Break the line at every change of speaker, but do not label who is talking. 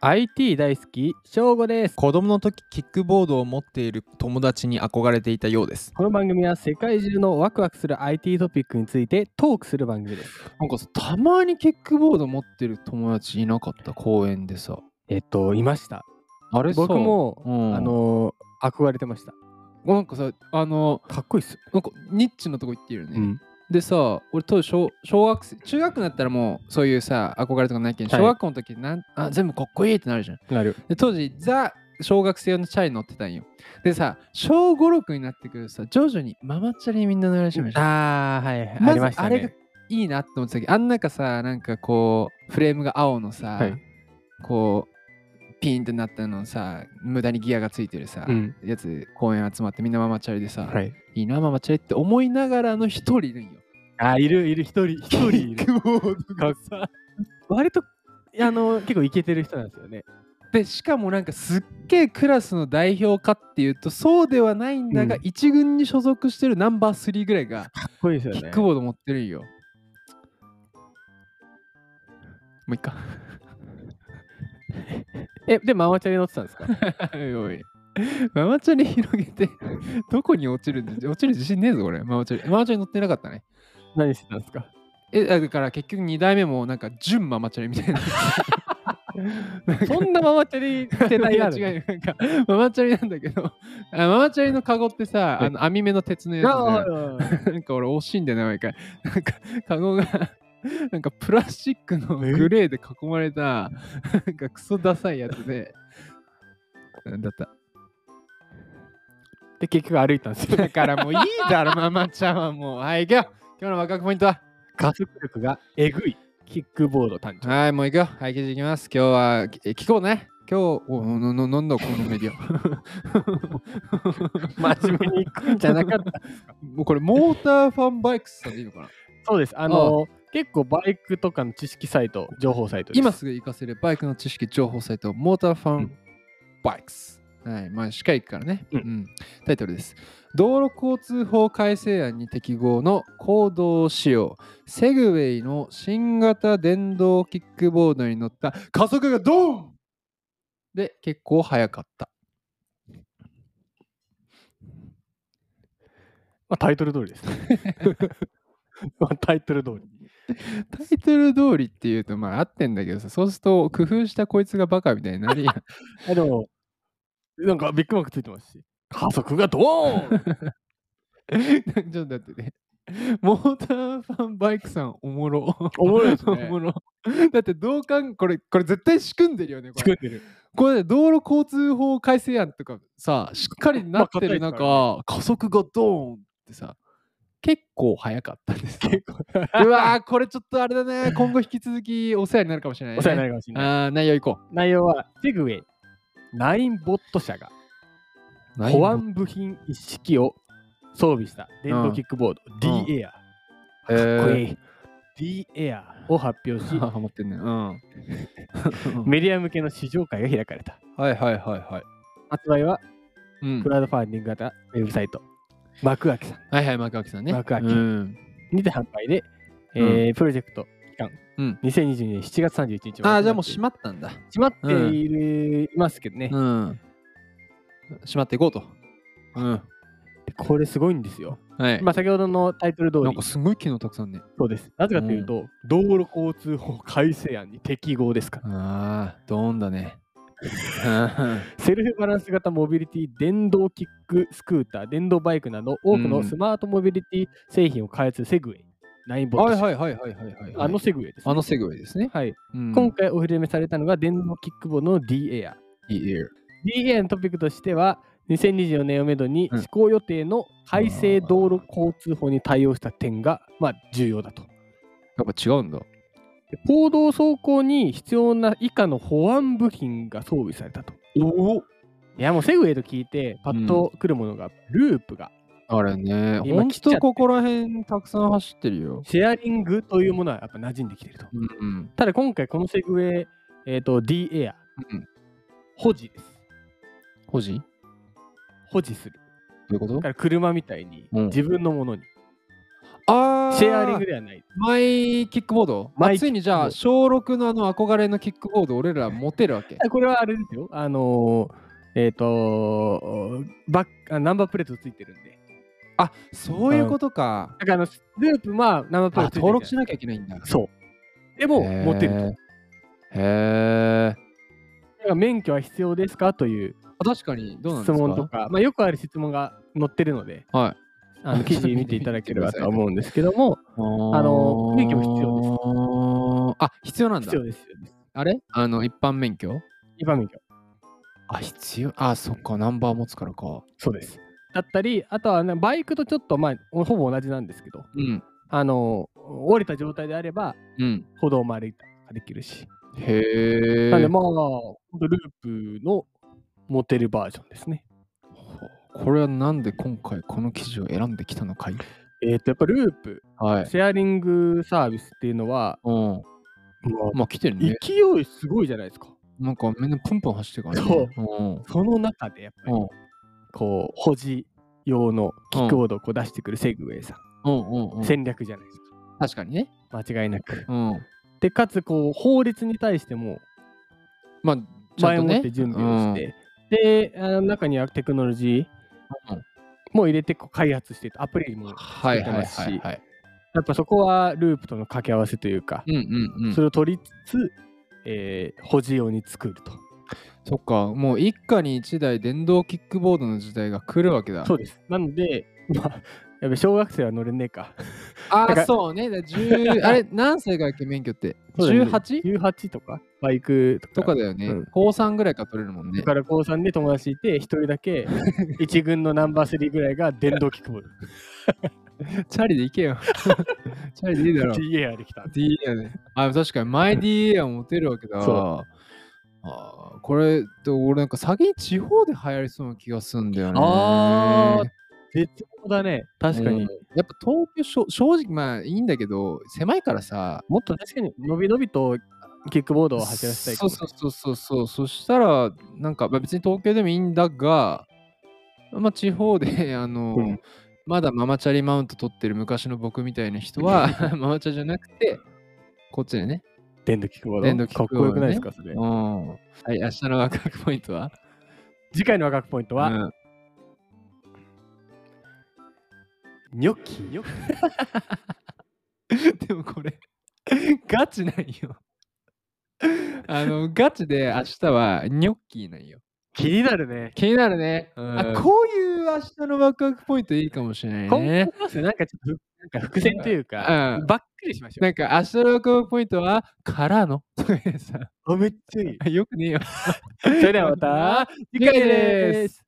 IT 大好き翔吾です
子供の時キックボードを持っている友達に憧れていたようです
この番組は世界中のワクワクする IT トピックについてトークする番組です
なんかさ、たまにキックボード持ってる友達いなかった公園でさ。
えっといました
あれさ、
僕も、
うん
あのー憧れてました
なんかさ、あの、
かっこいいっす、
なんかニッチなとこ行ってるよね。
うん、
でさ、俺当時小小学生、中学になったらもうそういうさ、憧れとかないけど、
はい
小学校の時なんあ、全部かっこいいってなるじゃん。
なる
で、当時、ザ、小学生用のチャリ乗ってたんよ。でさ、小5、6になってくるとさ、徐々にママチャリにみんな乗り始めた。
あーはいはい、あ
ま
り
ず
ました
あれが
ね
いいなって思ってたけど、あん中さ、なんかこう、フレームが青のさ、
はい
こう、ピンってなったのさ、無駄にギアがついてるさ、
うん
やつ、公園集まってみんなママチャリでさ、
はい
い、いな、ママチャリって思いながらの一人いるんよ。
あーいるいる一人一人いる
キックボードがさ
割とあのー結構イケてる人なんですよね
で、しかもなんかすっげえクラスの代表かっていうと、そうではないんだが、
うん
一軍に所属してるナンバー3ぐらいが、
かっこいいですよ
キ
ね
ックボード持ってるんよ。もういっか。
えでママチャリ乗ってたんですか
おいおい。ママチャリ広げて、どこに落ちるんだ落ちる自信ねえぞ、俺。ママチャリ。ママチャリ乗ってなかったね。
何してたんですか
え、だから結局2代目もなんか純ママチャリみたいな。
そんなママチャリ世代がある
違うよなんかママチャリなんだけど、あママチャリのカゴってさ、あの網目の鉄のやつ
あ
じゃん
はいはいはい
なんか俺惜しいんだよね、毎回。なんか、カゴが、なんかプラスチックのグレーで囲まれた、なんかクソダサいやつで、だった。
で結局歩いたんですよ
だからもういいだろ、ママちゃんはもう。はい、行くよ。今日のワクワクポイントは。
加速力がえぐいキックボード誕生
はい、もう行くよ。はい、記事いきます。今日は、え聞こうね。今日、おなななんだこのメディア。
真面目に行くんじゃなかった
もうこれ、モーターファンバイクスさんでいいのかな
そうですあの結構バイクとかの知識サイト情報サイトです
今すぐ活かせるバイクの知識情報サイト、モーターファンバイクス。はい、まあ、しっかり行くからね、
うん
うんタイトルです。道路交通法改正案に適合の行動使用、セグウェイの新型電動キックボードに乗った加速がドーンで、結構早かった。
まあ、タイトル通りですね まあタイトル通り
タイトル通りっていうと、まあ、合ってんだけどさ、そうすると、工夫したこいつがバカみたいになり、
あでもなんかビッグマークついてますし加速がドーン
なんか ちょっとだってね、モーターファンバイクさんおもろ。
おもろいですね
おもろ。 だってどうかん、これ、これ絶対仕組んでるよね。こ
作
れ
って る
これね道路交通法改正案とかさ、しっかりなっ
まあ
てる
硬いです
中、
か
加速がドーンってさ、結構早かったです。
結構
うわー、これちょっとあれだね。今後引き続きお世話になるかもしれない、ね。
お世話になるかもしれない
あー内容いこ
内容はセグウェイナインボット社が
う。
保安部品一式を装備した電動キックボード、
ん
D エア
えー
かっこいい D エアを発表し
ハマってんね。 うん。はい
メディア向けの試乗会が開かれた
はいはいはい。
発売は
うん
ク、ラウドファンディング型ウェブサイト、幕開さん
はいはい、幕開さんね。
幕開
うん
にて販売で、えープロジェクト期間、
うん
2022年7月31日まで
ああ、じゃあもう閉まったんだ。
閉まっている、いますけどね、
うん。閉まっていこうと。うん。
これすごいんですよ、
はい。
まあ、先ほどのタイトル通
なん
り
かすごい機能たくさんね。
そうですなぜかというと、道路交通法改正案に適合ですから
ああ、ドーンだね。
セルフバランス型モビリティ電動キックスクーター電動バイクなど多く
う
の
ん
スマートモビリティ製品を開発するセグウェイナインボット
はい
社、
はいはいはいはいはい。
あのセグウェイです、
あのセグウェイですね。
はい
うん
今回お披露目されたのが電動キックボードの D エア。
いいよ
D エアのトピックとしては、2024年をめどに
うん
施行予定の改正道路交通法に対応した点が、まあ、重要だと。
やっぱ違うんだ。
で公道走行に必要な以下の保安部品が装備されたと。
おお
いやもうセグウェイと聞いてパッと来るものが、ループが
あれね、
今
ほん
切っちゃって
とここら辺たくさん走ってるよ。
シェアリングというものはやっぱ馴染んできていると。
うんうん。
ただ今回このセグウェイ、えー、と D エア、
うん
保持です。
保持ど
保持する。
ういうこと
だから車みたいに
うん
自分のものに。
あー
シェアリングではない。
マイキックボード
マ
まあ
イ
ついにじゃあ
キ
小6のあの憧れのキックボード俺ら持てるわけ
これはあれですよ。あのー、えっ、とバッあナンバープレートついてるんで。
あそういうことか
だからあの、スループはナンバープレート
あ
ついてるじゃん
登録しなきゃいけないんだ
そう。でも、持てると。だ
へーへえ
から免許は必要ですかという
確かにどうなんで
質
すか
問とか、まあ、よくある質問が載ってるので、
はい
あの記事見ていただければとは思うんですけど も、
あ
の免許も必要です
ですあ必要なんだ
必要ですよね。
あれあの一般免許
一般免許。
あ必要あそっかナンバー持つからか
そうです。だったり、あとはね、バイクとちょっと、まあ、ほぼ同じなんですけど、
うん
あのー、折れた状態であれば、
うん
歩道も歩いたりとかできるし。
へえ
なんで、まあ、ほんとループのモテるバージョンですね。
これはなんで今回この記事を選んできたのかい
えっ、と、やっぱループ、
はい
シェアリングサービスっていうのは、
うん
もう
まあ来てるね
勢いすごいじゃないですか。
なんかみんなプンプン走ってるからね
そう
うん
その中でやっぱり、
うん
こう、保持用のキックボードをこう出してくるセグウェイさん、
うんうんうん
戦略じゃないです
確かにね
か。間違いなく。
うん
で、かつ、こう、法律に対しても、
まあちゃ
前
ん
もっ
とね
て準備をして、で、あの中にはテクノロジー
うん
も入れてこう開発してて、アプリも
うん
や
はいはいはい
作ってま
はい
っぱそこはループとの掛け合わせというか、
うんうんうん
それを取りつつ、えー、保持用に作ると。
そっかもう一家に一台電動キックボードの時代が来るわけだ
そうです。なので、まあ、やっぱ小学生は乗れねえか。
あ
だか
ー
ら
そうねだ10 あれ何歳からっけ免許って
そうだ
18?
ね18とか、バイクとか。
とかだよね、
うん
高3ぐらいから取れるもんね
だから高3で友達いて、一人だ け一軍のナンバー3ぐらいが電動キッ クボード。
チャリで行 けよチャリでいいだろ
TA できた。
DA やねあ確かに前 DA は持てるわけだ
そ
あーこれと俺なんか先に地方で流行りそうな気がするんだよね
あー絶妙だね。確か
う
に
ん。やっぱ東京しょ正直まあいいんだけど狭いからさ
もっと確かに、伸び伸びとキックボードを走らせたいか
そ
も
うそうそうそうそうそしたらなんかまあ別に東京でもいいんだがまあ地方で あの、
うん
まだママチャリマウント取ってる昔の僕みたいな人は ママチャリじゃなくてこっちでね
電動キックボード。
電動キックボード
かっこよくないですか、それ。
うんはい明日のワクワクポイントは
次回のワクワクポイントは、
うん
ニョッキ。ニョッキ
でもこれガチなんよあのガチで明日はニョッキーなんよ
気になるね。
気になるね、
うん
あこういう明日のワクワクポイントいいかもしれない
今
ね
後ですねなんかちょっとふ、なんか伏線というか、
うん
ばっかりしましょ
なんか明日のワクワクポイントはからの とか言う さ
う。あめっちゃいい。
よくねえよ
それではまた、次回です。